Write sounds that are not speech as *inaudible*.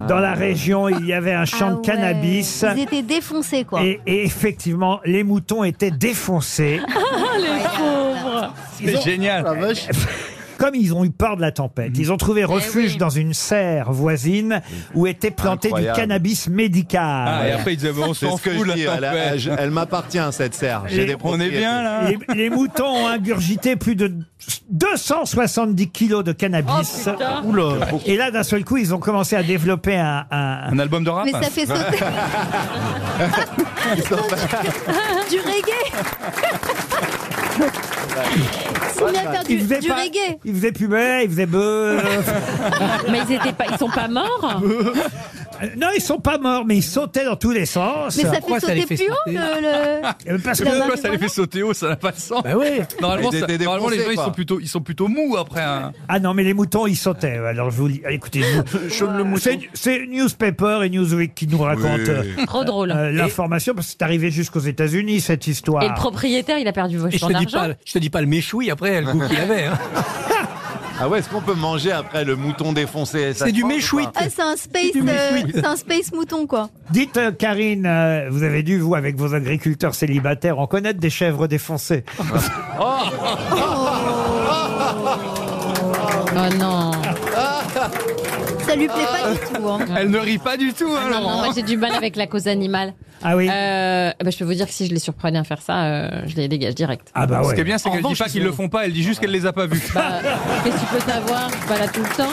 Ah. Dans la région, il y avait un champ Ah de ouais. cannabis. Ils étaient défoncés, quoi. Et, et effectivement, les moutons étaient *laughs* défoncés. les pauvres. Ils ont- Ah, génial. Comme ils ont eu peur de la tempête, ils ont Eh trouvé refuge dans une serre voisine où était planté Incroyable. du cannabis médical. Ah, et après, ils avaient, on C'est s'en ce que fout de je dis. la Elle, tempête. elle- elle m'appartient cette serre. Et J'ai des On est propriétés. bien, là. Les, les moutons ont ingurgité plus de 270 kilos de cannabis. Oh, Oula. Et là, d'un seul coup, ils ont commencé à développer un- un, Un album de rap hein. Mais ça fait sauter. du reggae. S'il a faire Ils du, faisaient du pas- reggae. Ils faisaient puber, ils faisaient beuh. *laughs* Mais ils étaient pas, ils sont pas *laughs* morts. non, ils sont pas morts, mais ils sautaient dans tous les sens. Mais ça Pourquoi fait ça les sauter fait plus haut sauter le. le- Euh, Parce que Je sais pas La pourquoi ça les marijuana fait sauter haut, ça n'a pas de sens. Bah oui. Normalement, Ils ça- étaient normalement, les gens, défoncés, ils sont, quoi. plutôt, ils sont plutôt mous après hein. un. ah non, mais les moutons ils sautaient. Alors je vous lis. Écoutez, je vous- C'est- c'est Newspaper et Newsweek qui nous racontent euh, Trop drôle. euh, l'information parce que c'est arrivé jusqu'aux États-Unis cette histoire. Et le propriétaire, il a perdu vos Et je champs te, dis d'argent. pas, je te dis pas le méchoui après, le goût qu'il avait. hein. Ah ouais, est-ce qu'on peut manger après le mouton défoncé Ça C'est se du mange ou méchoui. pas Ah, c'est un space, euh, c'est un space mouton, quoi. Dites euh, Karine, euh, vous avez dû vous avec vos agriculteurs célibataires en connaître des chèvres *laughs* défoncées. Oh *laughs* non. Ça lui plaît pas du tout. Hein. Elle ne rit pas du tout, hein, Non, non, Laurent. moi j'ai du mal avec la cause animale. Ah oui. Euh, bah, je peux vous dire que si je les surprenais à faire ça, euh, je les dégage direct. Ah bah Ce qui est ouais. bien, c'est En qu'elle dit revanche, pas qu'ils ils le ont- font pas, elle dit juste qu'elle les a pas vus. Bah, Qu'est-ce que tu peux savoir Je suis pas là tout le temps.